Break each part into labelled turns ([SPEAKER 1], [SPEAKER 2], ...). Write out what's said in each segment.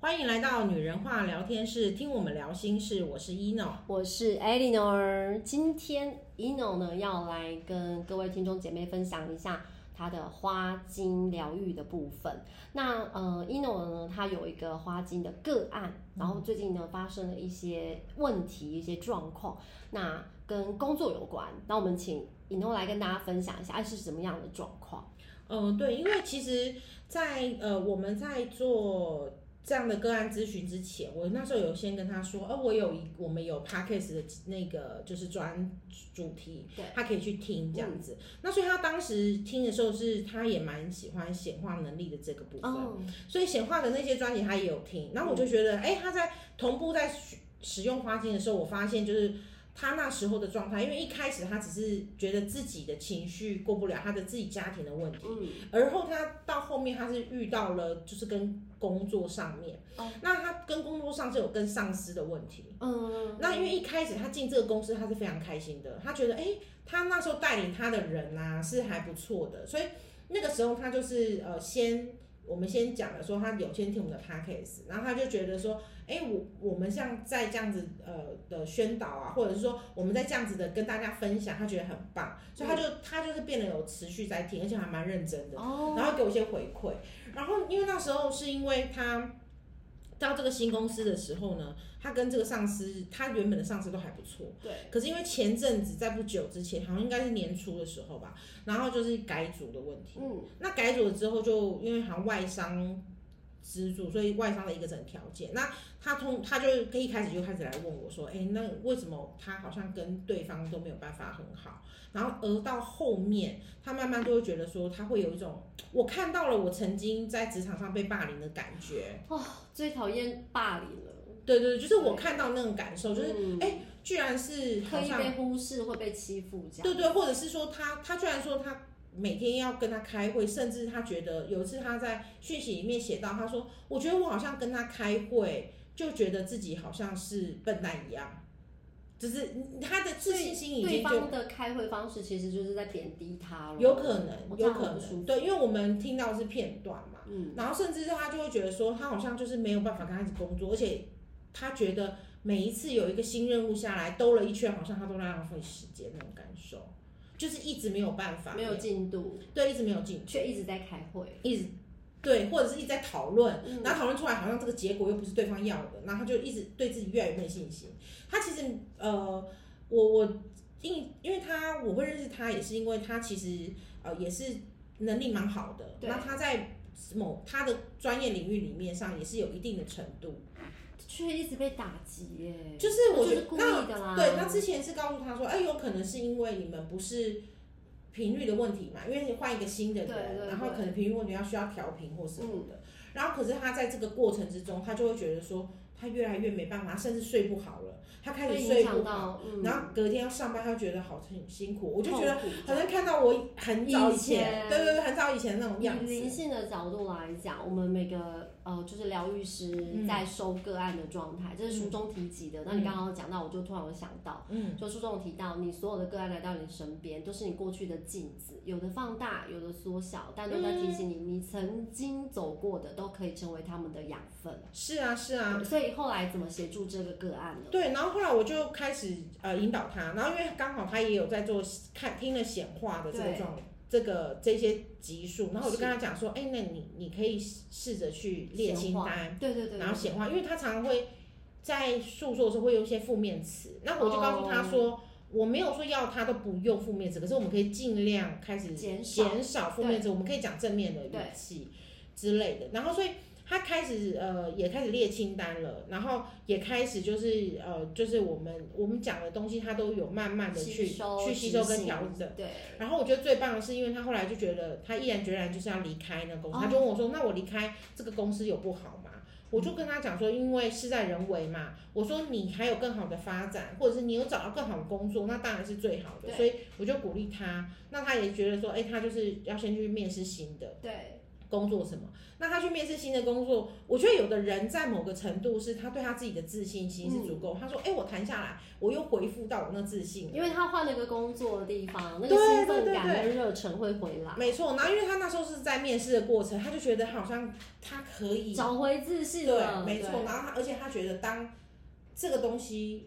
[SPEAKER 1] 欢迎来到女人话聊天室，听我们聊心事。我是 ino，
[SPEAKER 2] 我是 Eleanor。今天 Eno 呢要来跟各位听众姐妹分享一下她的花精疗愈的部分。那呃，Eno 呢，她有一个花精的个案，然后最近呢发生了一些问题、一些状况，那跟工作有关。那我们请 Eno 来跟大家分享一下，哎是什么样的状况？
[SPEAKER 1] 嗯、对，因为其实在，呃我们在做这样的个案咨询之前，我那时候有先跟他说，呃，我有一我们有 podcast 的那个就是专主题
[SPEAKER 2] 对，
[SPEAKER 1] 他可以去听这样子。那所以他当时听的时候是，他也蛮喜欢显化能力的这个部分，
[SPEAKER 2] 哦，
[SPEAKER 1] 所以显化的那些专辑他也有听。然后我就
[SPEAKER 2] 嗯
[SPEAKER 1] 觉得，哎、他在同步在使使用花精的时候，我发现就是。他那时候的状态，因为一开始他只是觉得自己的情绪过不了，他的自己家庭的问题，
[SPEAKER 2] 嗯，
[SPEAKER 1] 而后他到后面他是遇到了就是跟工作上面，
[SPEAKER 2] 哦
[SPEAKER 1] 那他跟工作上是有跟上司的问题。
[SPEAKER 2] 嗯，
[SPEAKER 1] 那因为一开始他进这个公司，他是非常开心的，他觉得哎、诶他那时候带领他的人啊是还不错的，所以那个时候他就是呃先我们先讲了说他有先听我们的 podcast，然后他就觉得说，哎、我我们像在这样子呃的宣导啊，或者是说我们在这样子的跟大家分享，他觉得很棒，所以他就、他就是变得有持续在听，而且还蛮认真的。
[SPEAKER 2] 哦，
[SPEAKER 1] 然后给我一些回馈。然后因为那时候是因为他到这个新公司的时候呢，他跟这个上司，他原本的上司都还不错。
[SPEAKER 2] 对，
[SPEAKER 1] 可是因为前阵子在不久之前，好像应该是年初的时候吧，然后就是改组的问题。
[SPEAKER 2] 嗯，
[SPEAKER 1] 那改组了之后就，因为好像外商资助，所以外商的一个整条件。那他通他就一开始就开始来问我说：“哎、那为什么他好像跟对方都没有办法很好？”然后而到后面，他慢慢就会觉得说，他会有一种我看到了我曾经在职场上被霸凌的感觉。
[SPEAKER 2] 哦，最讨厌霸凌了，
[SPEAKER 1] 对对对，就是我看到那种感受，就是
[SPEAKER 2] 是
[SPEAKER 1] 哎居然是
[SPEAKER 2] 刻
[SPEAKER 1] 好
[SPEAKER 2] 意
[SPEAKER 1] 像
[SPEAKER 2] 被忽视会被欺负这样。
[SPEAKER 1] 对对，或者是说他他居然说他每天要跟他开会，甚至他觉得有一次他在讯息里面写到，他说我觉得我好像跟他开会，就觉得自己好像是笨蛋一样，只是他的自信心已
[SPEAKER 2] 对
[SPEAKER 1] 经就
[SPEAKER 2] 方的开会方式其实就是在贬低他了，
[SPEAKER 1] 有可能
[SPEAKER 2] 我这
[SPEAKER 1] 有
[SPEAKER 2] 样
[SPEAKER 1] 可
[SPEAKER 2] 很不舒
[SPEAKER 1] 能
[SPEAKER 2] 服
[SPEAKER 1] 对，因为我们听到的是片段嘛，
[SPEAKER 2] 嗯，
[SPEAKER 1] 然后甚至他就会觉得说，他好像就是没有办法跟他一起工作，而且他觉得每一次有一个新任务下来，兜了一圈，好像他都在浪费时间那种感受，就是一直没有办法，
[SPEAKER 2] 没有进度，
[SPEAKER 1] 对，一直没有进，
[SPEAKER 2] 却一直在开会，
[SPEAKER 1] 一直对，或者是一直在讨论，
[SPEAKER 2] 嗯
[SPEAKER 1] 然后讨论出来好像这个结果又不是对方要的，然后他就一直对自己越来越没信心。他其实呃，我我因因为他我会认识他，也是因为他其实呃也是能力蛮好的，
[SPEAKER 2] 对
[SPEAKER 1] 那他在某他的专业领域里面上也是有一定的程度，
[SPEAKER 2] 却一直被打击耶，
[SPEAKER 1] 就是
[SPEAKER 2] 那
[SPEAKER 1] 我觉
[SPEAKER 2] 就是
[SPEAKER 1] 得
[SPEAKER 2] 故意
[SPEAKER 1] 那
[SPEAKER 2] 的啦，
[SPEAKER 1] 对，那之前是告诉他说，哎、有可能是因为你们不是频率的问题嘛，因为你换一个新的人，
[SPEAKER 2] 对对嗯
[SPEAKER 1] 然后可能频率问题要需要调频或什么的。然后可是他在这个过程之中，他就会觉得说，他越来越没办法，他甚至睡不好了，他开
[SPEAKER 2] 被
[SPEAKER 1] 始
[SPEAKER 2] 影
[SPEAKER 1] 睡不好，
[SPEAKER 2] 响到，嗯，
[SPEAKER 1] 然后隔天要上班，他就觉得好很辛苦。我就觉得
[SPEAKER 2] 痛苦
[SPEAKER 1] 好像看到我很早以
[SPEAKER 2] 以前
[SPEAKER 1] 对对对，很早以前的那种
[SPEAKER 2] 以
[SPEAKER 1] 样子
[SPEAKER 2] 灵。性的角度来讲，我们每个呃，就是疗愈师
[SPEAKER 1] 嗯
[SPEAKER 2] 在收个案的状态，这是书中提及的。那你刚刚有讲到，我就突然有想到，
[SPEAKER 1] 嗯，
[SPEAKER 2] 就书中有提到，你所有的个案来到你身边，都是你过去的镜子，有的放大，有的缩小，但都在提醒你，你曾经走过的都可以成为他们的养分。
[SPEAKER 1] 是啊是啊，
[SPEAKER 2] 所以后来怎么协助这个个案呢？
[SPEAKER 1] 对，然后后来我就开始呃引导他，然后因为刚好他也有在做看听了显化的这个
[SPEAKER 2] 对
[SPEAKER 1] 状这个这些集数，然后我就是跟他讲说，哎，那你你可以试试着去列
[SPEAKER 2] 显
[SPEAKER 1] 清
[SPEAKER 2] 化
[SPEAKER 1] 单，
[SPEAKER 2] 对对对，
[SPEAKER 1] 然后显化，因为他常常会在诉说的时候会用一些负面词，那
[SPEAKER 2] 哦
[SPEAKER 1] 我就告诉他说。我没有说要他都不用负面词，可是我们可以尽量开始
[SPEAKER 2] 减少
[SPEAKER 1] 减少负面词，我们可以讲正面的语
[SPEAKER 2] 对
[SPEAKER 1] 气之类的。然后所以他开始呃也开始列清单了，然后也开始就是呃就是我们我们讲的东西他都有慢慢的去
[SPEAKER 2] 吸收
[SPEAKER 1] 去吸收跟
[SPEAKER 2] 执行
[SPEAKER 1] 调整。
[SPEAKER 2] 对，
[SPEAKER 1] 然后我觉得最棒的是，因为他后来就觉得他毅然决然就是要离开那个公司，
[SPEAKER 2] 哦
[SPEAKER 1] 他就问我说：“那我离开这个公司有不好吗？”我就跟他讲说，因为事在人为嘛，我说你还有更好的发展，或者是你有找到更好的工作，那当然是最好的。
[SPEAKER 2] 对
[SPEAKER 1] 所以我就鼓励他，那他也觉得说，哎、他就是要先去面试新的。
[SPEAKER 2] 对，
[SPEAKER 1] 工作什么。那他去面试新的工作，我觉得有的人在某个程度是他对他自己的自信心是
[SPEAKER 2] 嗯
[SPEAKER 1] 足够。他说：“哎、我谈下来，我又恢复到我那自信了。”
[SPEAKER 2] 因为他换了一个工作的地方，那个
[SPEAKER 1] 对
[SPEAKER 2] 兴
[SPEAKER 1] 对
[SPEAKER 2] 奋
[SPEAKER 1] 对
[SPEAKER 2] 感
[SPEAKER 1] 对
[SPEAKER 2] 跟热忱会回来，
[SPEAKER 1] 没错，然后因为他那时候是在面试的过程，他就觉得他好像他可以，
[SPEAKER 2] 找回自信
[SPEAKER 1] 对，
[SPEAKER 2] 了。
[SPEAKER 1] 没错。
[SPEAKER 2] 对
[SPEAKER 1] 然后他而且他觉得当这个东西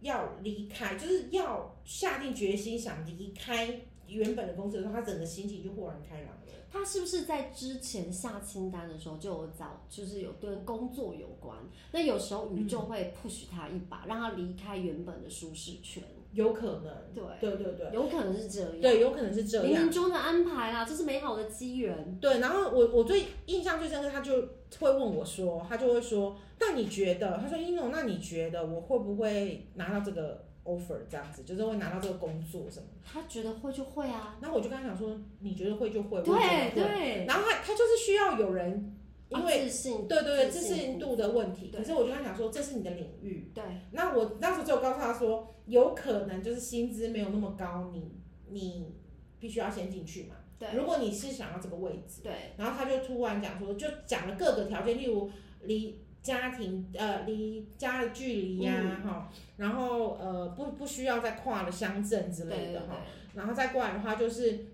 [SPEAKER 1] 要离开，就是要下定决心想离开原本的公司的时候，他整个心情就豁然开朗了。
[SPEAKER 2] 他是不是在之前下清单的时候就有找，就是有跟工作有关？那有时候宇宙会 push 他一把，让他离开原本的舒适圈。
[SPEAKER 1] 有可能，
[SPEAKER 2] 对，
[SPEAKER 1] 对对对
[SPEAKER 2] 有可能是这样。
[SPEAKER 1] 对，有可能是这
[SPEAKER 2] 冥
[SPEAKER 1] 样。
[SPEAKER 2] 冥中的安排啊啦，这是美好的机缘。
[SPEAKER 1] 对，然后我我最印象最深刻，他就会问我说，他就会说，那你觉得？他说，一诺，那你觉得我会不会拿到这个 offer？这样子，就是会拿到这个工作什么？
[SPEAKER 2] 他觉得会就会啊，
[SPEAKER 1] 然后我就跟他讲说，你觉得会就会，我也觉
[SPEAKER 2] 对
[SPEAKER 1] 得会。
[SPEAKER 2] 对，
[SPEAKER 1] 然后他他就是需要有人，因为、
[SPEAKER 2] 啊自信，
[SPEAKER 1] 对对对，
[SPEAKER 2] 自
[SPEAKER 1] 自
[SPEAKER 2] 信
[SPEAKER 1] 信度的问题。
[SPEAKER 2] 对
[SPEAKER 1] 可是我就跟他讲说，这是你的领域。
[SPEAKER 2] 对，
[SPEAKER 1] 那我那时候就告诉他说，有可能就是薪资没有那么高，你你必须要先进去嘛。
[SPEAKER 2] 对
[SPEAKER 1] 如果你是想要这个位置。
[SPEAKER 2] 对，
[SPEAKER 1] 然后他就突然讲说，就讲了各个条件，例如离家庭呃离家的距离呀、
[SPEAKER 2] 嗯
[SPEAKER 1] 哈、然后呃不不需要再跨了乡镇之
[SPEAKER 2] 对
[SPEAKER 1] 类
[SPEAKER 2] 对
[SPEAKER 1] 的
[SPEAKER 2] 对
[SPEAKER 1] 哈，，然后再过来的话就是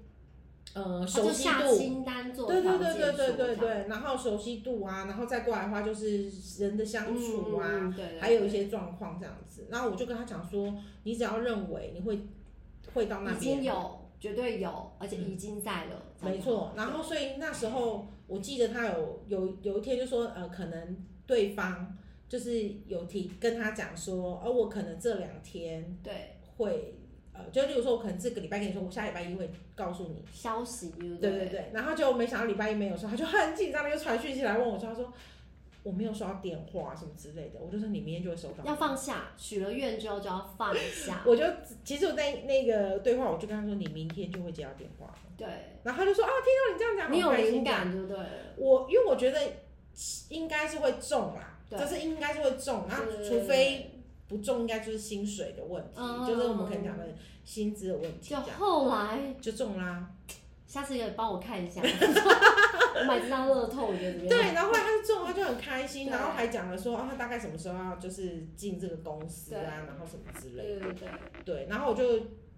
[SPEAKER 1] 呃
[SPEAKER 2] 他
[SPEAKER 1] 熟
[SPEAKER 2] 哦就
[SPEAKER 1] 悉
[SPEAKER 2] 下
[SPEAKER 1] 度。
[SPEAKER 2] 清单做
[SPEAKER 1] 对对
[SPEAKER 2] 条
[SPEAKER 1] 对
[SPEAKER 2] 件
[SPEAKER 1] 对对对
[SPEAKER 2] 说这样
[SPEAKER 1] 对，然后熟悉度啊，然后再过来的话就是人的相处啊，
[SPEAKER 2] 嗯嗯嗯对，对
[SPEAKER 1] 还有一些状况这样子。然后我就跟他讲说，你只要认为你会会到那
[SPEAKER 2] 已
[SPEAKER 1] 边嗯
[SPEAKER 2] 经，有，绝对有，而且已经在了，这样
[SPEAKER 1] 没错，然后所以那时候我记得他有有有一天就说，呃，可能对方就是有提跟他讲说，哦，我可能这两天
[SPEAKER 2] 对
[SPEAKER 1] 会，呃，就例如说，我可能这个礼拜跟你说，我下礼拜一会告诉你。
[SPEAKER 2] 消息，对不
[SPEAKER 1] 对对对，然后就没想到礼拜一没有说，他就很紧张的又传讯息来问我说，他说我没有收到电话什么之类的，我就说你明天就会收到。
[SPEAKER 2] 要放下，许了愿之后就要放下，
[SPEAKER 1] 我就其实我那那个对话，我就跟他说你明天就会接到电话，
[SPEAKER 2] 对，
[SPEAKER 1] 然后他就说啊，听到你这样讲，
[SPEAKER 2] 你有
[SPEAKER 1] 好开心啊
[SPEAKER 2] 灵感就对了，
[SPEAKER 1] 我因为我觉得应该是会中啦，
[SPEAKER 2] 对
[SPEAKER 1] 就是应该是会中，然后
[SPEAKER 2] 对对
[SPEAKER 1] 除
[SPEAKER 2] 对
[SPEAKER 1] 非不中，应该就是薪水的问题，
[SPEAKER 2] 嗯
[SPEAKER 1] 就是我们可能讲的薪资的问题，
[SPEAKER 2] 就
[SPEAKER 1] 这样
[SPEAKER 2] 后来，
[SPEAKER 1] 就中啦。
[SPEAKER 2] 下次也帮我 看一下，我买这张乐透，我觉得怎么
[SPEAKER 1] 对
[SPEAKER 2] 样？，
[SPEAKER 1] 然后后来他就中了，他就很开心，
[SPEAKER 2] 对
[SPEAKER 1] 然后还讲了说啊，他大概什么时候要就是进这个公司
[SPEAKER 2] 对
[SPEAKER 1] 啊，然后什么之类的。
[SPEAKER 2] 对对对，
[SPEAKER 1] 对，然后我就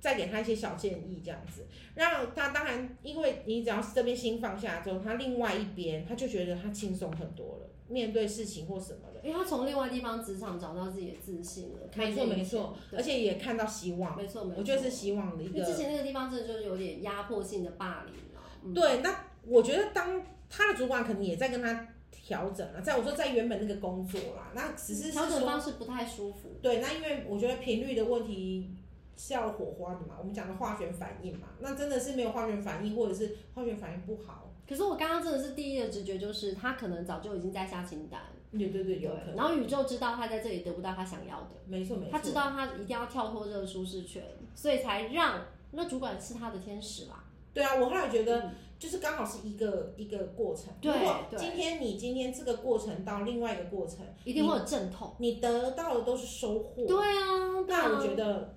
[SPEAKER 1] 再给他一些小建议，这样子，让他当然，因为你只要是这边心放下之后，他另外一边他就觉得他轻松很多了，面对事情或什么的，
[SPEAKER 2] 因为他从另外地方职场找到自己的自信了，
[SPEAKER 1] 没错
[SPEAKER 2] 看见
[SPEAKER 1] 没错
[SPEAKER 2] 以前，对
[SPEAKER 1] 而且也看到希望，
[SPEAKER 2] 没错没错，
[SPEAKER 1] 我觉得是希望的一
[SPEAKER 2] 因为之
[SPEAKER 1] 个。
[SPEAKER 2] 前那个地方真的就是有点压迫性的霸凌了、嗯，
[SPEAKER 1] 对，那我觉得当他的主管可能也在跟他调整啊了，在我说在原本那个工作啦，那只是是
[SPEAKER 2] 嗯调整
[SPEAKER 1] 说
[SPEAKER 2] 方式不太舒服，
[SPEAKER 1] 对，那因为我觉得频率的问题是要火花的嘛，我们讲的化学反应嘛，那真的是没有化学反应，或者是化学反应不好。
[SPEAKER 2] 可是我刚刚真的是第一的直觉就是他可能早就已经在下清单，
[SPEAKER 1] 对对对，有可能。
[SPEAKER 2] 然后宇宙知道他在这里得不到他想要的，
[SPEAKER 1] 没错没错，
[SPEAKER 2] 他知道他一定要跳脱这个舒适圈，所以才让那主管是他的天使啦。
[SPEAKER 1] 对啊，我后来觉得就是刚好是一个一个过程。
[SPEAKER 2] 嗯对
[SPEAKER 1] 如果
[SPEAKER 2] 对
[SPEAKER 1] 今天你今天这个过程到另外一个过程，
[SPEAKER 2] 一定会有阵痛。
[SPEAKER 1] 你得到的都是收获。
[SPEAKER 2] 哦对啊，对
[SPEAKER 1] 那
[SPEAKER 2] 啊
[SPEAKER 1] 我。觉得，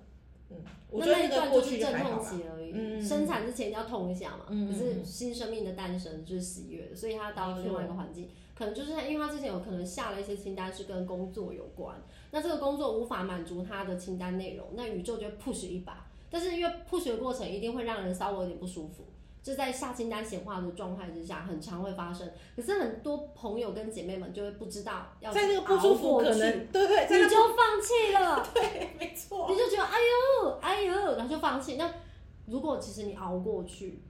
[SPEAKER 1] 嗯，我
[SPEAKER 2] 那
[SPEAKER 1] 觉得
[SPEAKER 2] 那一
[SPEAKER 1] 那个
[SPEAKER 2] 段
[SPEAKER 1] 过
[SPEAKER 2] 就是
[SPEAKER 1] 去就
[SPEAKER 2] 阵
[SPEAKER 1] 还好
[SPEAKER 2] 痛
[SPEAKER 1] 啦。
[SPEAKER 2] 期而已，
[SPEAKER 1] 嗯嗯嗯
[SPEAKER 2] 生产之前一定要痛一下嘛。
[SPEAKER 1] 嗯嗯
[SPEAKER 2] 可是新生命的诞生就是喜悦的，所以他到了另外一个环境，可能就是因为他之前有可能下了一些清单是跟工作有关，那这个工作无法满足他的清单内容，那宇宙就会 push 一把。但是因为 push 的过程一定会让人稍微有点不舒服，就在下清单显化的状态之下，很常会发生。可是很多朋友跟姐妹们就会不知道要
[SPEAKER 1] 在那个不舒服，可
[SPEAKER 2] 熬过去
[SPEAKER 1] 能对对，在
[SPEAKER 2] 你
[SPEAKER 1] 那
[SPEAKER 2] 就放弃了。
[SPEAKER 1] 对，没错。
[SPEAKER 2] 你就觉得哎呦哎呦，然后就放弃。那如果其实你熬过去，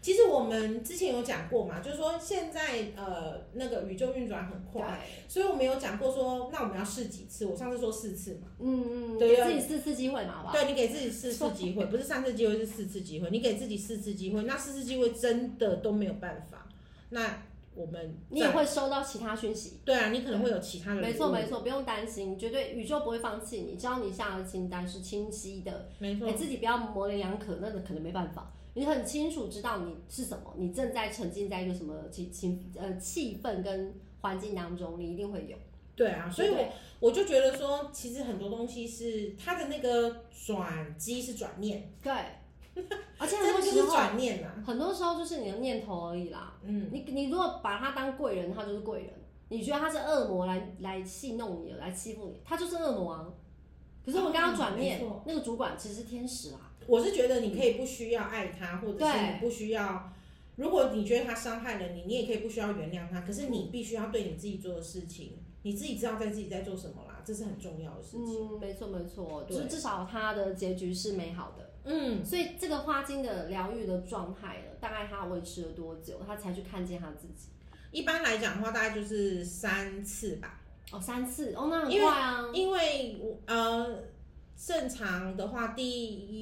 [SPEAKER 1] 其实我们之前有讲过嘛，就是说现在呃那个宇宙运转很
[SPEAKER 2] 对
[SPEAKER 1] 快，，所以我们有讲过说，那我们要试几次？我上次说四次嘛。
[SPEAKER 2] 嗯嗯，
[SPEAKER 1] 对
[SPEAKER 2] 给
[SPEAKER 1] 啊
[SPEAKER 2] 自己四次机会嘛，好啊不好？
[SPEAKER 1] 对你给自己四次机 会，不是三次机会，是四次机会。你给自己四次机会，那四次机会真的都没有办法。那我们
[SPEAKER 2] 你也
[SPEAKER 1] 再
[SPEAKER 2] 会收到其他讯息。
[SPEAKER 1] 对啊，你可能会有嗯其他的嗯
[SPEAKER 2] 没错
[SPEAKER 1] 礼物
[SPEAKER 2] 没错，不用担心，绝对宇宙不会放弃你。只要你下的清单是清晰的，
[SPEAKER 1] 没
[SPEAKER 2] 你、
[SPEAKER 1] 错，
[SPEAKER 2] 自己不要模棱两可，那个可能没办法。你很清楚知道你是什么，你正在沉浸在一个什么情情呃气氛跟环境当中，你一定会有。
[SPEAKER 1] 对啊，所以
[SPEAKER 2] 对
[SPEAKER 1] 我我就觉 得说，其实很多东西是它的那个转机是转念，
[SPEAKER 2] 对而且很
[SPEAKER 1] 真
[SPEAKER 2] 多
[SPEAKER 1] 的就
[SPEAKER 2] 时
[SPEAKER 1] 是
[SPEAKER 2] 候，
[SPEAKER 1] 转念呐，
[SPEAKER 2] 很多时候就是你的念头而已啦。
[SPEAKER 1] 啊嗯，
[SPEAKER 2] 你你如果把他当贵人，他就是贵人；你觉得他是恶魔来来戏弄你、来欺负你，他就是恶魔啊。可是我刚刚转念
[SPEAKER 1] 嗯没错，
[SPEAKER 2] 那个主管其实是天使啊啦。
[SPEAKER 1] 我是觉得你可以不需要爱他，或者是
[SPEAKER 2] 对
[SPEAKER 1] 你不需要。如果你觉得他伤害了你，你也可以不需要原谅他，可是你必须要对你自己做的事情，你自己知道在自己在做什么啦，这是很重要的事情。
[SPEAKER 2] 嗯，没错没错，
[SPEAKER 1] 对
[SPEAKER 2] 就是至少他的结局是美好的。
[SPEAKER 1] 嗯，
[SPEAKER 2] 所以这个花精的疗愈的状态呢，大概他维持了多久，他才去看见他自己？
[SPEAKER 1] 一般来讲的话，大概就是三次吧，嗯
[SPEAKER 2] 哦，三次哦，那很
[SPEAKER 1] 因为
[SPEAKER 2] 快啊，
[SPEAKER 1] 因为我呃正常的话，第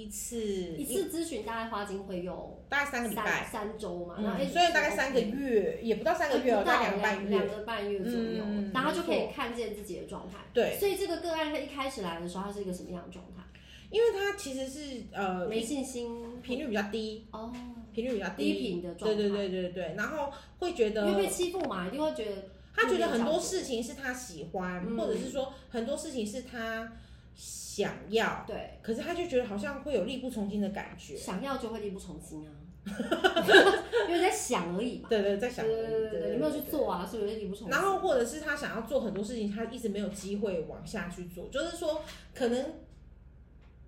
[SPEAKER 1] 一次
[SPEAKER 2] 一次咨询大概花精会有
[SPEAKER 1] 大概嗯三个礼拜，
[SPEAKER 2] 三周嘛，然后
[SPEAKER 1] 嗯，
[SPEAKER 2] 一直
[SPEAKER 1] 所以大概三个
[SPEAKER 2] OK
[SPEAKER 1] 月，也不到三个月哦，
[SPEAKER 2] 不到
[SPEAKER 1] 大概两个半
[SPEAKER 2] 两
[SPEAKER 1] 月，
[SPEAKER 2] 个半月左右，
[SPEAKER 1] 嗯
[SPEAKER 2] 然后就可
[SPEAKER 1] 没
[SPEAKER 2] 以看见自己的状态。
[SPEAKER 1] 对，
[SPEAKER 2] 所以这个个案他一开始来的时候，他是一个什么样的状态？
[SPEAKER 1] 因为它其实是呃
[SPEAKER 2] 没信心，
[SPEAKER 1] 频率比较低，
[SPEAKER 2] 哦，
[SPEAKER 1] 频率比较
[SPEAKER 2] 低
[SPEAKER 1] 低，
[SPEAKER 2] 频的状
[SPEAKER 1] 对
[SPEAKER 2] 态，
[SPEAKER 1] 对对对对，然后会觉
[SPEAKER 2] 因为
[SPEAKER 1] 得
[SPEAKER 2] 被欺负嘛，一定会觉得
[SPEAKER 1] 他觉得很
[SPEAKER 2] 有
[SPEAKER 1] 多
[SPEAKER 2] 点
[SPEAKER 1] 事情是他喜欢，
[SPEAKER 2] 嗯
[SPEAKER 1] 或者是说很多事情是他想要，
[SPEAKER 2] 对，
[SPEAKER 1] 可是他就觉得好像会有力不从心的感觉，
[SPEAKER 2] 想要就会力不从心 啊，因为在想而已嘛。
[SPEAKER 1] 对对，在想而已，
[SPEAKER 2] 对对对，有没有去做啊？是不是力不从心？
[SPEAKER 1] 然后或者是他想要做很多事情，他一直没有机会往下去做，就是说可能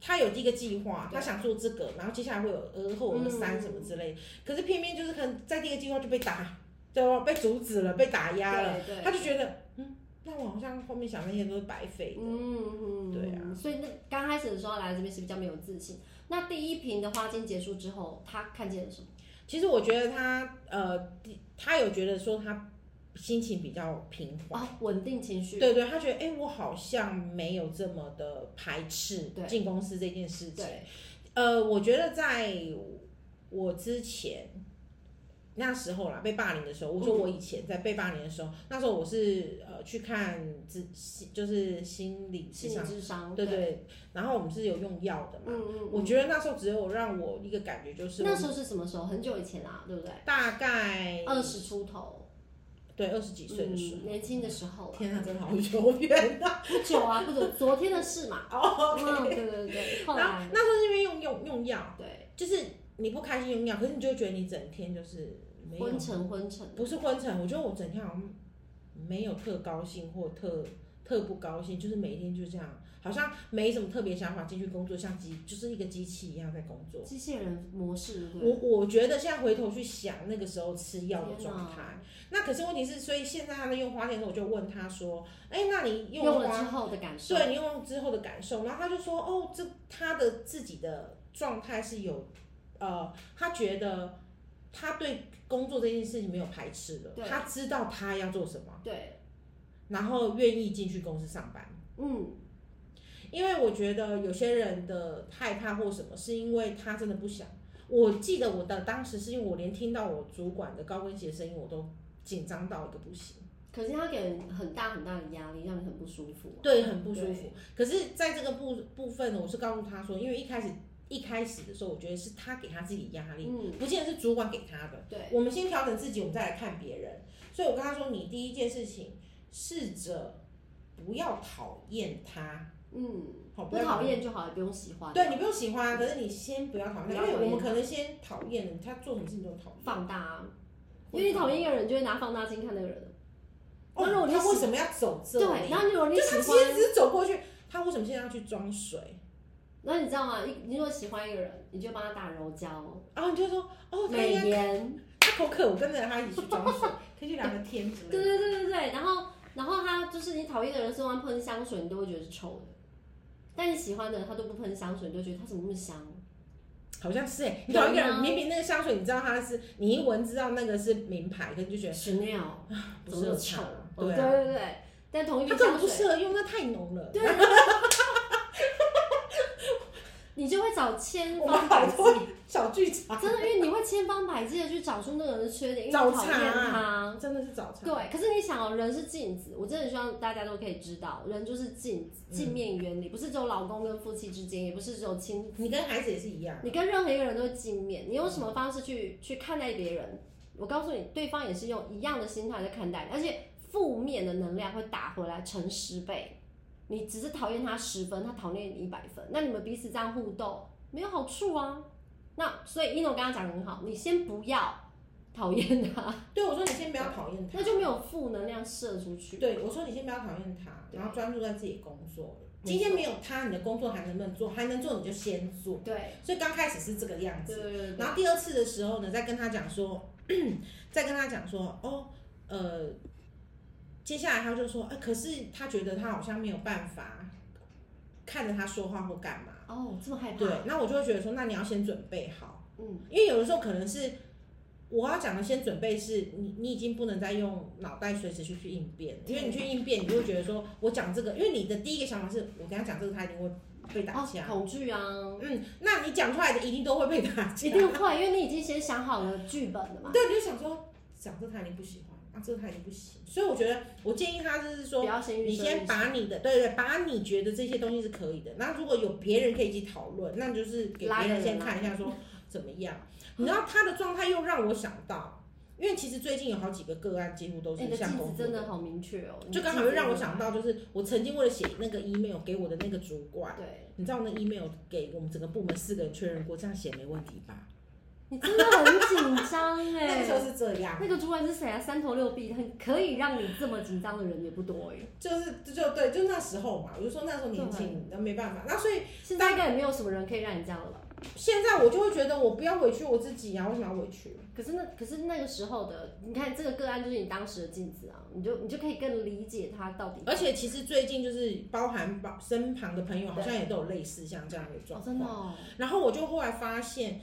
[SPEAKER 1] 他有第一个计划，
[SPEAKER 2] 对
[SPEAKER 1] 他想做这个，然后接下来会有而后有个三
[SPEAKER 2] 嗯
[SPEAKER 1] 什么之类的，可是偏偏就是可能在第一个计划就被打，对吧？被阻止了，被打压了，
[SPEAKER 2] 对，对
[SPEAKER 1] 他就觉得嗯，那我好像后面想那些都是白费的。
[SPEAKER 2] 嗯嗯，
[SPEAKER 1] 对啊。
[SPEAKER 2] 所以那刚开始的时候来这边是比较没有自信。那第一瓶的花精结束之后，他看见了什么？
[SPEAKER 1] 其实我觉得他呃，第他有觉得说他心情比较平缓。
[SPEAKER 2] 啊，稳定情绪。
[SPEAKER 1] 对对，他觉得哎、我好像没有这么的排斥
[SPEAKER 2] 对
[SPEAKER 1] 进公司这件事情。
[SPEAKER 2] 对，
[SPEAKER 1] 呃，我觉得在我之前那时候啦，被霸凌的时候，
[SPEAKER 2] 嗯
[SPEAKER 1] 我说我以前在被霸凌的时候，那时候我是呃去看自心就是心理智
[SPEAKER 2] 心理
[SPEAKER 1] 商，
[SPEAKER 2] 智商。
[SPEAKER 1] 对对，然后我们是有用药的嘛。
[SPEAKER 2] 嗯嗯，
[SPEAKER 1] 我
[SPEAKER 2] 嗯
[SPEAKER 1] 觉得那时候只有让我一个感觉就是，
[SPEAKER 2] 那时候是什么时候？很久以前啊，对不对？
[SPEAKER 1] 大概
[SPEAKER 2] 二十出头，
[SPEAKER 1] 对二十哎几岁的时候，
[SPEAKER 2] 嗯年轻的时候啊。
[SPEAKER 1] 天啊，真的好久远 啊！
[SPEAKER 2] 不久啊，不久，昨天的事嘛。
[SPEAKER 1] 哦，OK、
[SPEAKER 2] 嗯，对对 对，后
[SPEAKER 1] 然
[SPEAKER 2] 来
[SPEAKER 1] 那时候是因为用用用药，
[SPEAKER 2] 对
[SPEAKER 1] 就是你不开心用药，可是你就会觉得你整天就是没有
[SPEAKER 2] 昏沉昏沉，
[SPEAKER 1] 不是昏沉，我觉得我整天好像没有特高兴或特特不高兴，就是每一天就这样，好像没什么特别想法，进去工作像机就是一个机器一样在工作。
[SPEAKER 2] 机器人模式，对不
[SPEAKER 1] 我
[SPEAKER 2] 对？
[SPEAKER 1] 我觉得现在回头去想那个时候吃药的
[SPEAKER 2] 天
[SPEAKER 1] 状
[SPEAKER 2] 哪
[SPEAKER 1] 态，那可是问题是，所以现在他在用花店的时候，我就问他说：“哎、那你用
[SPEAKER 2] 用了
[SPEAKER 1] 花
[SPEAKER 2] 之后的感受，
[SPEAKER 1] 对你用之后的感受，然后他就说，哦，这他的自己的状态是有，呃，他觉得他对工作这件事情没有排斥的
[SPEAKER 2] 对，
[SPEAKER 1] 他知道他要做什么，
[SPEAKER 2] 对，
[SPEAKER 1] 然后愿意进去公司上班。
[SPEAKER 2] 嗯，
[SPEAKER 1] 因为我觉得有些人的害怕或什么，是因为他真的不想。我记得我的当时是因为我连听到我主管的高跟鞋声音，我都紧张到一个不行，
[SPEAKER 2] 可是他给人很大很大的压力，让你很不舒服。啊
[SPEAKER 1] 对，很不舒
[SPEAKER 2] 对
[SPEAKER 1] 服。可是在这个部部分呢，我是告诉他说，因为一开始一开始的时候，我觉得是他给他自己压力，
[SPEAKER 2] 嗯，
[SPEAKER 1] 不见得是主管给他的。
[SPEAKER 2] 对，
[SPEAKER 1] 我们先调整自己，我们再来看别人。所以我跟他说，你第一件事情，试着不要讨厌他，
[SPEAKER 2] 嗯，
[SPEAKER 1] 好，
[SPEAKER 2] 不
[SPEAKER 1] 要
[SPEAKER 2] 讨。厌就好，也不用喜欢，
[SPEAKER 1] 对你不用喜欢，啊可是你先不要讨厌他，
[SPEAKER 2] 不要讨
[SPEAKER 1] 因
[SPEAKER 2] 厌
[SPEAKER 1] 为我们可能先讨厌他做什么事情都讨厌。
[SPEAKER 2] 放大啊，因为你讨厌一个人，就会拿放大镜看那个人。那如果
[SPEAKER 1] 哦，
[SPEAKER 2] 你
[SPEAKER 1] 他
[SPEAKER 2] 喜
[SPEAKER 1] 为什么要走这里？
[SPEAKER 2] 对，然后如果你
[SPEAKER 1] 就
[SPEAKER 2] 喜
[SPEAKER 1] 他其实
[SPEAKER 2] 欢，
[SPEAKER 1] 只是走过去，他为什么现在要去装水？
[SPEAKER 2] 那你知道吗？一你如果喜欢一个人，你就帮他打柔焦、
[SPEAKER 1] 然后你就说，哦，他应
[SPEAKER 2] 美
[SPEAKER 1] 该
[SPEAKER 2] 颜，
[SPEAKER 1] 他口渴，我跟着他一起去装水，可以去聊个天之
[SPEAKER 2] 对
[SPEAKER 1] 类的。
[SPEAKER 2] 对对对对。然后，然后他就是你讨厌的人身上喷香水，你都会觉得是臭的；但你喜欢的人，他都不喷香水，你就觉得他怎么那么香？
[SPEAKER 1] 好像是哎、欸，你
[SPEAKER 2] 对啊
[SPEAKER 1] 找一个人，明明那个香水，你知道它是，你一闻知道那个是名牌，可是你就觉得
[SPEAKER 2] 屎尿，
[SPEAKER 1] 不
[SPEAKER 2] 怎
[SPEAKER 1] 适
[SPEAKER 2] 么那么
[SPEAKER 1] 合
[SPEAKER 2] 臭
[SPEAKER 1] 他？
[SPEAKER 2] 哦
[SPEAKER 1] 对
[SPEAKER 2] 对
[SPEAKER 1] 啊，
[SPEAKER 2] 对对。但同一
[SPEAKER 1] 它
[SPEAKER 2] 瓶
[SPEAKER 1] 根本
[SPEAKER 2] 香
[SPEAKER 1] 不
[SPEAKER 2] 水，
[SPEAKER 1] 适合用，那太浓了。
[SPEAKER 2] 对你就会找千
[SPEAKER 1] 我
[SPEAKER 2] 方
[SPEAKER 1] 们
[SPEAKER 2] 百
[SPEAKER 1] 摆
[SPEAKER 2] 计。
[SPEAKER 1] 脱小剧场，
[SPEAKER 2] 真的，因为你会千方百计的去找出那个人的缺点，因为
[SPEAKER 1] 找啊
[SPEAKER 2] 你讨厌他。
[SPEAKER 1] 真的是早餐。
[SPEAKER 2] 对，可是你想哦，人是镜子，我真的希望大家都可以知道，人就是镜子，
[SPEAKER 1] 嗯
[SPEAKER 2] 镜面原理，不是只有老公跟夫妻之间，也不是只有亲，
[SPEAKER 1] 你跟孩子也是一样，
[SPEAKER 2] 你跟任何一个人都是镜面，你用什么方式去去看待别人，我告诉你，对方也是用一样的心态在看待你，而且负面的能量会打回来乘十倍，你只是讨厌他十分，他讨厌你一百分，那你们彼此这样互动没有好处啊。那所以一诺跟他讲得很好，你先不要讨厌他，
[SPEAKER 1] 对我说你先不要讨厌他，
[SPEAKER 2] 那就没有负能量射出去。
[SPEAKER 1] 对我说你先不要讨厌他，然后专注在自己工作。
[SPEAKER 2] 没错
[SPEAKER 1] 今天没有他，你的工作还能不能做？还能做你就先做。
[SPEAKER 2] 对
[SPEAKER 1] 所以刚开始是这个样
[SPEAKER 2] 对
[SPEAKER 1] 子，
[SPEAKER 2] 对对对
[SPEAKER 1] 然后第二次的时候呢，再跟他讲说， 再跟他讲说，哦，呃，接下来他就说，哎、可是他觉得他好像没有办法看着他说话或干嘛。
[SPEAKER 2] 哦，这么害怕
[SPEAKER 1] 对，，那我就会觉得说，那你要先准备好，
[SPEAKER 2] 嗯，
[SPEAKER 1] 因为有的时候可能是我要讲的先准备是，你你已经不能再用脑袋随时去去应变，因为你去应变，你就会觉得说我讲这个，因为你的第一个想法是我跟他讲这个，他一定会被打
[SPEAKER 2] 哦
[SPEAKER 1] 架。，
[SPEAKER 2] 恐惧啊，
[SPEAKER 1] 嗯，那你讲出来的一定都会被打啊架，
[SPEAKER 2] 一定会，因为你已经先想好了剧本了嘛，
[SPEAKER 1] 对，你就想说讲这个他一定不喜欢，啊，这个他一定不行，所以我觉得我建议他就是说
[SPEAKER 2] 不。要先预设
[SPEAKER 1] 你
[SPEAKER 2] 立
[SPEAKER 1] 先
[SPEAKER 2] 场
[SPEAKER 1] 把你的对对，把你觉得这些东西是可以的。那如果有别人可以一起讨论，那就是给别
[SPEAKER 2] 啊
[SPEAKER 1] 人先看一下说怎么样。你知道他的状态又让我想到，因为其实最近有好几个个案，几乎都
[SPEAKER 2] 哎你
[SPEAKER 1] 是
[SPEAKER 2] 的
[SPEAKER 1] 像
[SPEAKER 2] 镜子
[SPEAKER 1] 工作
[SPEAKER 2] 真的好明确哦，
[SPEAKER 1] 就刚好又让我想到，就是我曾经为了写那个 email 给我的那个主管，
[SPEAKER 2] 对，
[SPEAKER 1] 你知道我那 email 给我们整个部门四个人确认过，这样写没问题吧？
[SPEAKER 2] 你真的很紧张
[SPEAKER 1] 那个时候
[SPEAKER 2] 哎。
[SPEAKER 1] 是这样，
[SPEAKER 2] 那个主管是谁啊？三头六臂，很可以让你这么紧张的人也不多哎。
[SPEAKER 1] 就是就就对，就那时候嘛，我就说那时候年轻，那没办法。那所以
[SPEAKER 2] 现在应该也没有什么人可以让你这样了吧？
[SPEAKER 1] 现在我就会觉得我不要委屈我自己啊，为什么要委屈？
[SPEAKER 2] 可是那可是那个时候的，你看这个个案就是你当时的镜子啊，你就你就可以更理解他到底。
[SPEAKER 1] 而且其实最近就是包含包身旁的朋友，好像也都有类似像这样的
[SPEAKER 2] 哦
[SPEAKER 1] 状，
[SPEAKER 2] 真
[SPEAKER 1] 况。
[SPEAKER 2] 的、哦，
[SPEAKER 1] 然后我就后来发现，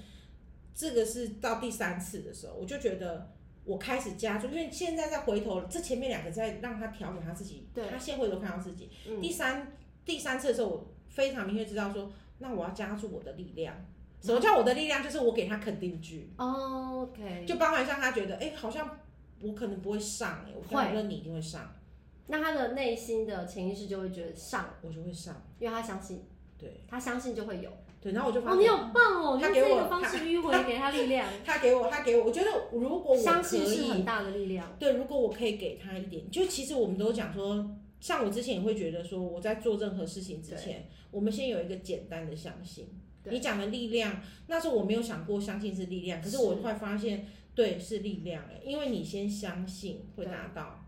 [SPEAKER 1] 这个是到第三次的时候，我就觉得我开始加注，因为现在再回头，这前面两个在让他调整他自己，
[SPEAKER 2] 对
[SPEAKER 1] 他先回头看到自己。
[SPEAKER 2] 嗯，
[SPEAKER 1] 第三第三次的时候，我非常明确知道说，那我要加注我的力量。什么
[SPEAKER 2] 嗯
[SPEAKER 1] 叫我的力量？就是我给他肯定句，
[SPEAKER 2] 哦，OK，
[SPEAKER 1] 就包含像他觉得，哎、好像我可能不会上、哎，我
[SPEAKER 2] 会
[SPEAKER 1] 反正你一定会上，
[SPEAKER 2] 那他的内心的潜意识就会觉得上，
[SPEAKER 1] 我就会上，
[SPEAKER 2] 因为他相信，
[SPEAKER 1] 对
[SPEAKER 2] 他相信就会有。
[SPEAKER 1] 对，然后我就发
[SPEAKER 2] 哦，你
[SPEAKER 1] 现，
[SPEAKER 2] 好棒哦，你
[SPEAKER 1] 他
[SPEAKER 2] 用
[SPEAKER 1] 给
[SPEAKER 2] 这
[SPEAKER 1] 我
[SPEAKER 2] 个方式迂回给他力量，
[SPEAKER 1] 他给我，他给我，我觉得 如果我
[SPEAKER 2] 相
[SPEAKER 1] 可
[SPEAKER 2] 信是
[SPEAKER 1] 以
[SPEAKER 2] 很大的力量。
[SPEAKER 1] 对，如果我可以给他一点，就其实我们都讲说，像我之前也会觉得说，我在做任何事情之前，我们先有一个简单的相信。
[SPEAKER 2] 对
[SPEAKER 1] 你讲的力量，那时候我没有想过相信是力量，可是我
[SPEAKER 2] 是
[SPEAKER 1] 会发现，对，是力量哎，因为你先相信会达到，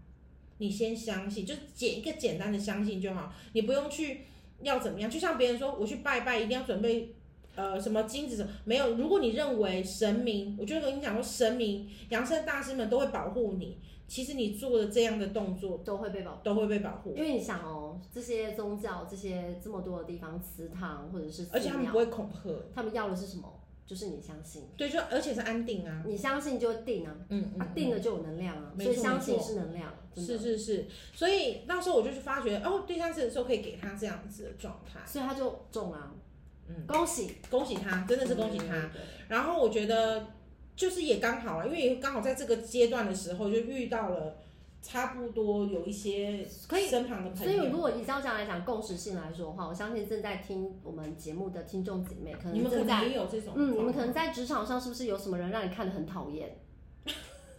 [SPEAKER 1] 你先相信，就简一个简单的相信就好，你不用去要怎么样，就像别人说我去拜拜一定要准备呃，什么金子什么没有？如果你认为神明，我就跟你讲说，神明、养生大师们都会保护你。其实你做的这样的动作
[SPEAKER 2] 都会被保护。
[SPEAKER 1] 都会被保护，
[SPEAKER 2] 因为你想哦，这些宗教、这些这么多的地方，祠堂或者是寺
[SPEAKER 1] 而且他们
[SPEAKER 2] 庙
[SPEAKER 1] 不，会恐吓。
[SPEAKER 2] 他们要的是啊什么？就是你相信，
[SPEAKER 1] 对，就而且是安定啊。
[SPEAKER 2] 你相信就定啊，
[SPEAKER 1] 嗯嗯
[SPEAKER 2] 啊定了就有能量啊，
[SPEAKER 1] 没
[SPEAKER 2] 所以
[SPEAKER 1] 错
[SPEAKER 2] 相
[SPEAKER 1] 没
[SPEAKER 2] 信
[SPEAKER 1] 错
[SPEAKER 2] 是能量，真的
[SPEAKER 1] 是是是。所以那时候我就去发觉，哦，第三次的时候可以给他这样子的状态，
[SPEAKER 2] 所以他就中了、啊，
[SPEAKER 1] 嗯
[SPEAKER 2] 恭喜，
[SPEAKER 1] 恭喜他，真的是恭喜他。
[SPEAKER 2] 对。对对
[SPEAKER 1] 然后我觉得就是也刚好了，因为也刚好在这个阶段的时候就遇到了差不多有一些
[SPEAKER 2] 可以
[SPEAKER 1] 身旁的
[SPEAKER 2] 所
[SPEAKER 1] 朋
[SPEAKER 2] 以，
[SPEAKER 1] 友。
[SPEAKER 2] 如果依照这样来讲，共识性来说的话，我相信正在听我们节目的听众姐妹，可
[SPEAKER 1] 你
[SPEAKER 2] 能
[SPEAKER 1] 们可
[SPEAKER 2] 正在
[SPEAKER 1] 能也有这种状
[SPEAKER 2] 嗯，
[SPEAKER 1] 况，
[SPEAKER 2] 你们可能在职场上是不是有什么人让你看得很讨厌？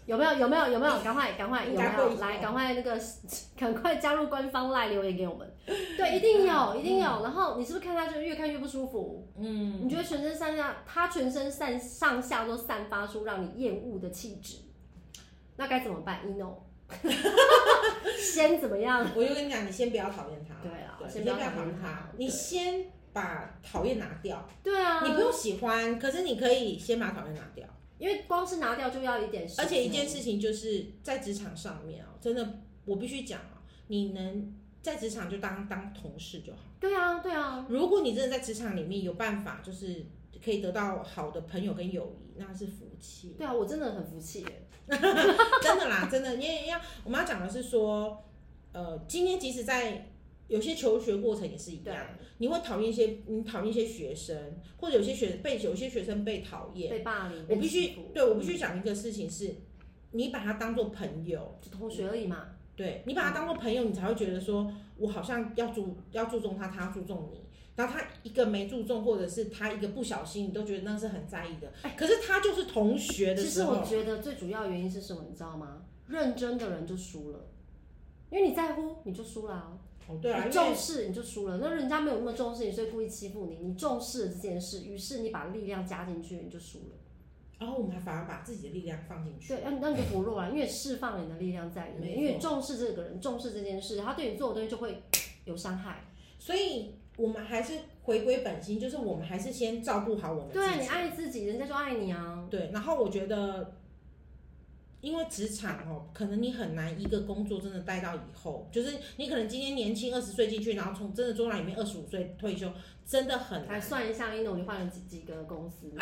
[SPEAKER 2] 有没有？有没有？有没有？赶快，赶快，有
[SPEAKER 1] 应
[SPEAKER 2] 没
[SPEAKER 1] 该会
[SPEAKER 2] 有？
[SPEAKER 1] 有
[SPEAKER 2] 来，赶快那个， 赶快加入官方 line 留言给我 们。对，一定有，一定有。然后你是不是看他就越看越不舒服？
[SPEAKER 1] 嗯，
[SPEAKER 2] 你觉得全身上下，他全身上上下都散发出让你厌恶的气质，那该怎么办？ino，先怎么样？
[SPEAKER 1] 我就跟你讲，你先不要讨厌他，
[SPEAKER 2] 对啊
[SPEAKER 1] 对，
[SPEAKER 2] 先
[SPEAKER 1] 你
[SPEAKER 2] 不要
[SPEAKER 1] 先不要讨
[SPEAKER 2] 讨厌
[SPEAKER 1] 厌
[SPEAKER 2] 他
[SPEAKER 1] 他，你
[SPEAKER 2] 对
[SPEAKER 1] 先把讨厌拿掉，
[SPEAKER 2] 对啊，
[SPEAKER 1] 你不用喜欢，可是你可以先把讨厌拿掉。
[SPEAKER 2] 因为光是拿掉就要一点时间，
[SPEAKER 1] 而且一件事情就是在职场上面哦，真的我必须讲哦，你能在职场就当当同事就好。
[SPEAKER 2] 对啊，对啊，
[SPEAKER 1] 如果你真的在职场里面有办法，就是可以得到好的朋友跟友谊，那是福气。
[SPEAKER 2] 对啊，我真的很服气耶。
[SPEAKER 1] 真的啦，真的，因为要我们要讲的是说，呃，今天即使在有些求学过程也是一
[SPEAKER 2] 对啊
[SPEAKER 1] 样，你会讨厌一些，你讨厌一些学生，或者有些学被有些学生被讨厌。
[SPEAKER 2] 被霸凌，
[SPEAKER 1] 我
[SPEAKER 2] 被
[SPEAKER 1] 必须
[SPEAKER 2] 欺负
[SPEAKER 1] 对我必须讲一个事情是，你把他当做朋友，
[SPEAKER 2] 就同学而已嘛。
[SPEAKER 1] 对你把
[SPEAKER 2] 嗯
[SPEAKER 1] 他当做朋友，你才会觉得说我好像要注要注重他，他要注重你。然后他一个没注重，或者是他一个不小心，你都觉得那是很在意的。可是他就是哦同学的
[SPEAKER 2] 哎
[SPEAKER 1] 时
[SPEAKER 2] 其实我
[SPEAKER 1] 候，
[SPEAKER 2] 觉得最主要原因是什么，你知道吗？认真的人就输了，因因为你在乎你就输了、啊，
[SPEAKER 1] 哦，对啊，
[SPEAKER 2] 你
[SPEAKER 1] 因为
[SPEAKER 2] 重视你就输了。那人家没有那么重视你，所以故意欺负你。你重视了这件事，于是你把力量加进去，你就输了。
[SPEAKER 1] 然后我们还反而把自己的力量放进去
[SPEAKER 2] 对，，那你那你就薄弱了，啊因为释放了你的力量在里
[SPEAKER 1] 没
[SPEAKER 2] 面，
[SPEAKER 1] 错
[SPEAKER 2] 因为你重视这个人，重视这件事，他对你做的东西就会有伤害。
[SPEAKER 1] 所以我们还是回归本心，就是我们还是先照顾好我们自
[SPEAKER 2] 对啊你
[SPEAKER 1] 己。
[SPEAKER 2] 爱自己，人家就爱你啊。
[SPEAKER 1] 对，然后我觉得，因为职场哦，可能你很难一个工作真的待到以后，就是你可能今天年轻二十岁进去，然后从真的做到里面二十五岁退休，真的很
[SPEAKER 2] 来
[SPEAKER 1] 难。
[SPEAKER 2] 算一下，一农你换了几几个公司？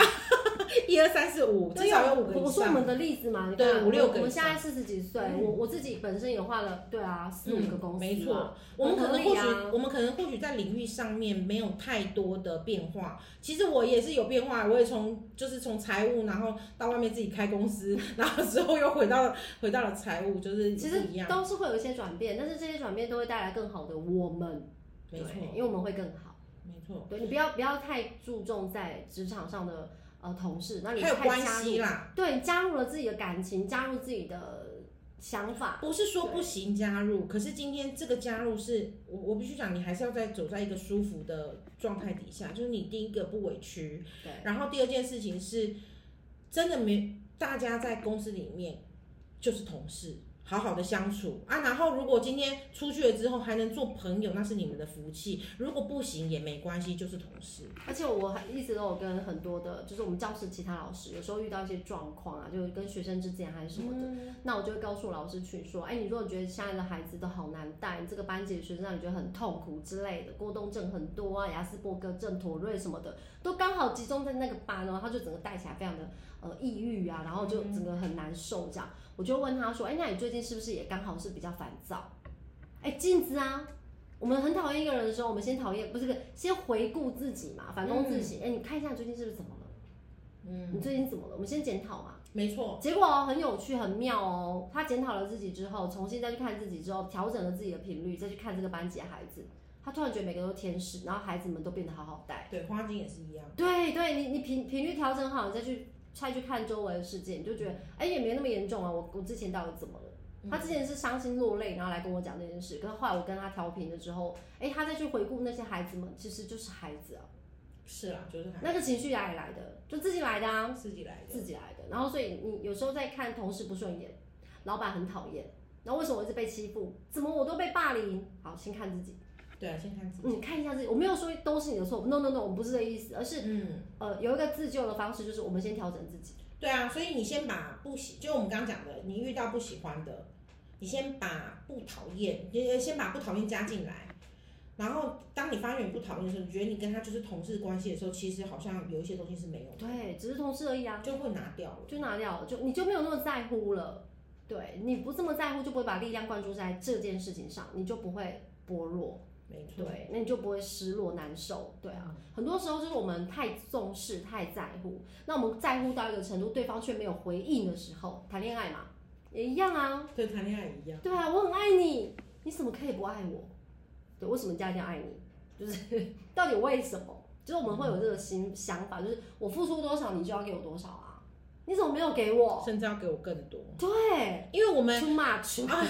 [SPEAKER 1] 一二三四五，
[SPEAKER 2] 对啊
[SPEAKER 1] 至少有五个
[SPEAKER 2] 我
[SPEAKER 1] 以
[SPEAKER 2] 说我们
[SPEAKER 1] 上。
[SPEAKER 2] 的例子嘛，你
[SPEAKER 1] 对
[SPEAKER 2] 看
[SPEAKER 1] 五六
[SPEAKER 2] 我
[SPEAKER 1] 个
[SPEAKER 2] 我
[SPEAKER 1] 以
[SPEAKER 2] 们现
[SPEAKER 1] 上嗯
[SPEAKER 2] 在四十几岁，我我自己本身也换了，对啊，四五个公司、嘛。
[SPEAKER 1] 没错，我们可能
[SPEAKER 2] 很
[SPEAKER 1] 或
[SPEAKER 2] 合理
[SPEAKER 1] 许
[SPEAKER 2] 啊，
[SPEAKER 1] 我们可能或许在领域上面没有太多的变化。其实我也是有变化，我也从就是从财务，然后到外面自己开公司，然后之后又回到回到了财务，就是
[SPEAKER 2] 其实
[SPEAKER 1] 不一样，
[SPEAKER 2] 都是会有一些转变，但是这些转变都会带来更好的我们，
[SPEAKER 1] 没
[SPEAKER 2] 对
[SPEAKER 1] 错，，
[SPEAKER 2] 因为我们会更好。
[SPEAKER 1] 没错。
[SPEAKER 2] 对你不要不要太注重在职场上的呃同事，那你
[SPEAKER 1] 还有
[SPEAKER 2] 太
[SPEAKER 1] 关
[SPEAKER 2] 加入
[SPEAKER 1] 系啊啦，
[SPEAKER 2] 对，加入了自己的感情，加入自己的想法，
[SPEAKER 1] 不是说不行加入，可是今天这个加入是我我必须讲，你还是要在走在一个舒服的状态底下，就是你第一个不委屈，
[SPEAKER 2] 对，
[SPEAKER 1] 然后第二件事情是，真的没大家在公司里面就是同事，好好的相处啊。然后如果今天出去了之后还能做朋友，那是你们的福气；如果不行也没关系，就是同事。
[SPEAKER 2] 而且我还一直都有跟很多的，就是我们教室其他老师，有时候遇到一些状况啊，就是跟学生之间还是什么的，那我就会告诉老师群说，哎，你如果觉得现在的孩子都好难带，你这个班级的学生让你觉得很痛苦之类的，过动症很多啊，雅斯伯格症、妥瑞什么的，都刚好集中在那个班哦，他就整个带起来非常的呃抑郁啊，然后就整个很难受这样。我就问他说，哎，那你最近是不是也刚好是比较烦躁？哎，镜子啊。我们很讨厌一个人的时候，我们先讨厌不是不是先回顾自己嘛，反躬自省。哎、你看一下你最近是不是怎么了？
[SPEAKER 1] 嗯，
[SPEAKER 2] 你最近怎么了？我们先检讨嘛。
[SPEAKER 1] 没错，
[SPEAKER 2] 结果哦很有趣，很妙哦。他检讨了自己之后，重新再去看自己之后，调整了自己的频率，再去看这个班级的孩子，他突然觉得每个都天使，然后孩子们都变得好好带。
[SPEAKER 1] 对，花精也是一样。
[SPEAKER 2] 对对，你你频频率调整好，你再去再去看周围的世界，你就觉得哎也没那么严重啊。我我之前到底怎么了？
[SPEAKER 1] 嗯
[SPEAKER 2] 他之前是伤心落泪，然后来跟我讲这件事。可是后来我跟他调频了之后，哎，他再去回顾那些孩子们，其实就是孩子啊，
[SPEAKER 1] 是啦，就是还
[SPEAKER 2] 那个情绪哪里来的？就自己来的啊。
[SPEAKER 1] 自己来的。
[SPEAKER 2] 自己来的。然后所以你有时候在看同事不顺眼，老板很讨厌，然后为什么我一直被欺负？怎么我都被霸凌？好，先看自己，
[SPEAKER 1] 对啊，先看自己。
[SPEAKER 2] 你看一下自己。我没有说都是你的错，no no no，我们不是这个意思，而是
[SPEAKER 1] 嗯，
[SPEAKER 2] 呃有一个自救的方式，就是我们先调整自己。
[SPEAKER 1] 对啊，所以你先把不喜，就我们刚刚讲的，你遇到不喜欢的，你先把不讨厌，先先把不讨厌加进来。然后，当你发现你不讨厌的时候，你觉得你跟他就是同事关系的时候，其实好像有一些东西是没有的，
[SPEAKER 2] 对，只是同事而已啊，
[SPEAKER 1] 就会拿掉了。
[SPEAKER 2] 就拿掉了，就你就没有那么在乎了。对，你不这么在乎，就不会把力量灌注在这件事情上，你就不会薄弱。
[SPEAKER 1] 没错，
[SPEAKER 2] 对，那你就不会失落难受。对
[SPEAKER 1] 嗯
[SPEAKER 2] 啊，很多时候就是我们太重视、太在乎，那我们在乎到一个程度，对方却没有回应的时候，谈恋爱嘛也一样啊。
[SPEAKER 1] 对谈恋爱一样，
[SPEAKER 2] 对啊，我很爱你，你怎么可以不爱我？对，为什么人家一定要爱你？就是 到底为什么？就是我们会有这个
[SPEAKER 1] 嗯
[SPEAKER 2] 心想法，就是我付出多少，你就要给我多少啊？你怎么没有给我？
[SPEAKER 1] 甚至要给我更多，
[SPEAKER 2] 对
[SPEAKER 1] 因为我们
[SPEAKER 2] ，too much，
[SPEAKER 1] 啊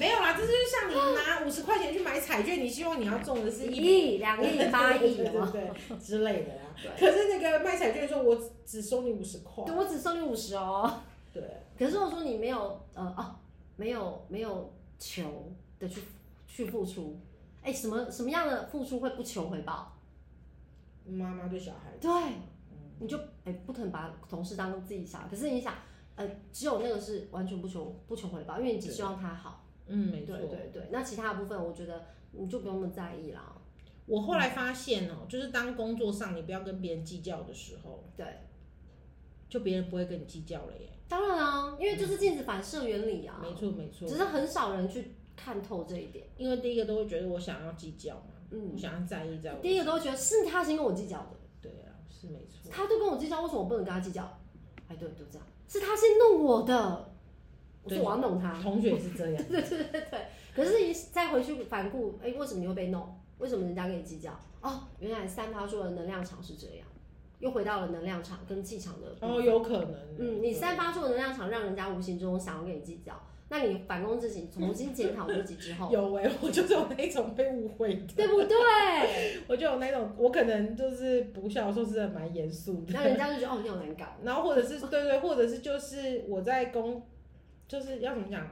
[SPEAKER 1] 没有啦，这就是像你拿五十块钱去买彩券，你希望你要中的是一
[SPEAKER 2] 一亿、两亿、八亿，
[SPEAKER 1] 对
[SPEAKER 2] 有吗？
[SPEAKER 1] 对对之类的啦。
[SPEAKER 2] 对
[SPEAKER 1] 可是那个卖彩券说，我只收你五十块，
[SPEAKER 2] 对，我只送你五十哦。
[SPEAKER 1] 对。
[SPEAKER 2] 可是我说你没有呃哦，没有没有求的去去付出，哎，什么什么样的付出会不求回报？
[SPEAKER 1] 妈妈对小孩子，
[SPEAKER 2] 对，你就哎不肯把同事当自己小孩，可是你想，呃，只有那个是完全不求不求回报，因为你只希望他好。
[SPEAKER 1] 嗯，
[SPEAKER 2] 对
[SPEAKER 1] 没错。
[SPEAKER 2] 对对，那其他的部分我觉得你就不用那么在意啦。
[SPEAKER 1] 我后来发现哦、就是当工作上你不要跟别人计较的时候，
[SPEAKER 2] 对，
[SPEAKER 1] 就别人不会跟你计较了耶。
[SPEAKER 2] 当然啊，因为就是镜子反射原理啊，
[SPEAKER 1] 没错没错
[SPEAKER 2] 只，是很少人去看透这一点。
[SPEAKER 1] 因为第一个都会觉得我想要计较嘛，
[SPEAKER 2] 嗯
[SPEAKER 1] 我，想要在意在我。
[SPEAKER 2] 第一个都会觉得是他先跟我计较的。
[SPEAKER 1] 对啊，是没错。
[SPEAKER 2] 他都跟我计较，为什么我不能跟他计较？哎，对，就这样，是他先弄我的，我
[SPEAKER 1] 对
[SPEAKER 2] 说我要弄他，
[SPEAKER 1] 同学也是这样，
[SPEAKER 2] 对对对对。可是你再回去反顾，哎，为什么你会被弄？为什么人家跟你计较？哦，原来三趴说的能量场是这样，又回到了能量场跟气场的。
[SPEAKER 1] 哦，有可能。
[SPEAKER 2] 嗯，你
[SPEAKER 1] 对
[SPEAKER 2] 散发出的能量场，让人家无形中想要跟你计较。那你反躬自省，重新检讨自己之 后，
[SPEAKER 1] 有哎、我就是有那种被误会的，
[SPEAKER 2] 对不对？
[SPEAKER 1] 我就有那种，我可能就是不孝，说真的蛮严肃
[SPEAKER 2] 那人
[SPEAKER 1] 的。
[SPEAKER 2] 家就觉得哦，你好难搞。
[SPEAKER 1] 然后或者是对对，或者是就是我在公，就是要怎么讲，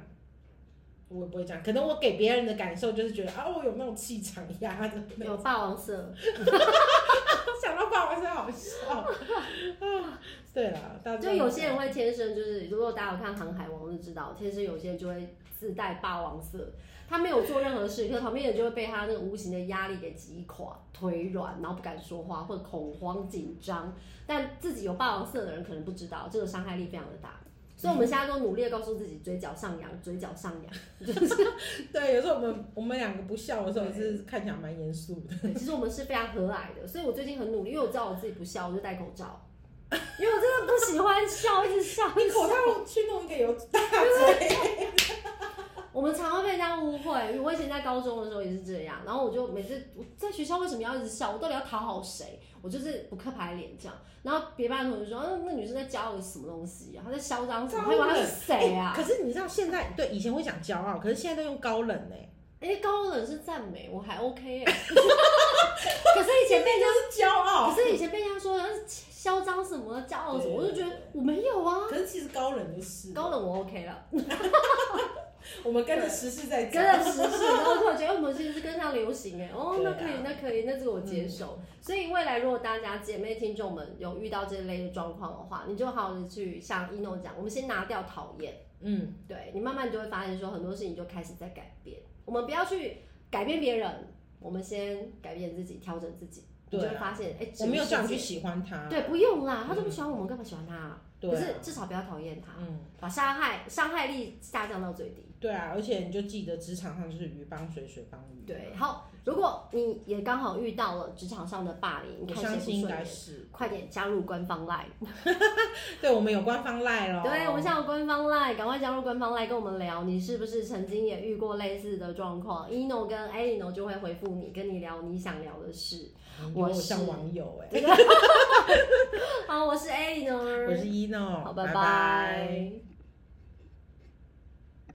[SPEAKER 1] 我也不会讲，可能我给别人的感受就是觉得啊，我有那种气场压着那种，
[SPEAKER 2] 有霸王色，
[SPEAKER 1] 想到爸爸真好笑。啊，对了，大家
[SPEAKER 2] 就有些人会天生就是，如果大家有看《航海王》就知道，天生有些人就会自带霸王色，他没有做任何事，可是旁边人就会被他那个无形的压力给击垮、腿软，然后不敢说话或者恐慌、紧张。但自己有霸王色的人可能不知道，这个伤害力非常的大。所以我们现在都努力的告诉自己，嘴角上扬，嘴角上扬。
[SPEAKER 1] 对，有时候我们我们两个不笑的时候是看起来蛮严肃的。
[SPEAKER 2] 对，其实我们是非常和蔼的，所以我最近很努力，因为我知道我自己不笑，我就戴口罩， 因为我真的不喜欢笑，一直笑。
[SPEAKER 1] 你
[SPEAKER 2] 一直笑
[SPEAKER 1] 口罩去弄一个有
[SPEAKER 2] 啊
[SPEAKER 1] 大嘴，
[SPEAKER 2] 我们常会被人家误会。我以前在高中的时候也是这样，然后我就每次我在学校为什么要一直笑？我到底要讨好谁？我就是不刻牌脸这样。然后别班的同学说：“啊、那女生在教我什么东西啊？她在嚣张什么？她以为她是谁啊
[SPEAKER 1] 欸可是你知道现在对以前会讲骄傲，可是现在都用高冷呢、？”
[SPEAKER 2] 哎、高冷是赞美，我还 OK 哎、 可是以前被人家，
[SPEAKER 1] 是骄傲。
[SPEAKER 2] 可是以前被人家说的是嚣张什么、骄傲什么，我就觉得我没有啊。
[SPEAKER 1] 可是其实高冷就是
[SPEAKER 2] 高冷我 OK 了，
[SPEAKER 1] 我们跟着时事在走
[SPEAKER 2] 跟着时事，然后突然觉得哎我们其实是跟上流行哎，哦，那可
[SPEAKER 1] 对
[SPEAKER 2] 以，
[SPEAKER 1] 啊
[SPEAKER 2] 那可以，那这个我接受。所以未来如果大家姐妹听众们有遇到这类的状况的话，你就好好的去像一诺讲，我们先拿掉讨厌，
[SPEAKER 1] 嗯，
[SPEAKER 2] 对你慢慢你就会发现说很多事情就开始在改变。我们不要去改变别人，我们先改变自己，调整自己，你
[SPEAKER 1] 对啊
[SPEAKER 2] 就会发现哎，
[SPEAKER 1] 我没有
[SPEAKER 2] 这
[SPEAKER 1] 叫
[SPEAKER 2] 个
[SPEAKER 1] 你
[SPEAKER 2] 世
[SPEAKER 1] 去
[SPEAKER 2] 界
[SPEAKER 1] 喜欢他。
[SPEAKER 2] 对，不用啦，他都不喜欢我们，干嘛喜欢他啊？
[SPEAKER 1] 对
[SPEAKER 2] 可
[SPEAKER 1] 啊
[SPEAKER 2] 是至少不要讨厌他，
[SPEAKER 1] 嗯，
[SPEAKER 2] 把伤害伤害力下降到最低。
[SPEAKER 1] 对啊，而且你就记得职场上就是鱼帮水，水帮鱼。啊
[SPEAKER 2] 对，好，如果你也刚好遇到了职场上的霸凌，你
[SPEAKER 1] 我
[SPEAKER 2] 看
[SPEAKER 1] 相
[SPEAKER 2] 谁
[SPEAKER 1] 信
[SPEAKER 2] 不
[SPEAKER 1] 应
[SPEAKER 2] 顺
[SPEAKER 1] 该
[SPEAKER 2] 眼，
[SPEAKER 1] 是。
[SPEAKER 2] 快点加入官方 line。
[SPEAKER 1] 对，我们有官方哦赖咯。
[SPEAKER 2] 对，我们现在有官方 line，赶快加入官方 line 跟我们聊，你是不是曾经也遇过类似的状况？ino 跟 alino 就会回复你，跟你聊你想聊的事。
[SPEAKER 1] 嗯
[SPEAKER 2] 我
[SPEAKER 1] 有像
[SPEAKER 2] 是
[SPEAKER 1] 网友哎、
[SPEAKER 2] 好，我是 alino，
[SPEAKER 1] 我是一诺，
[SPEAKER 2] 好，
[SPEAKER 1] 拜
[SPEAKER 2] 拜拜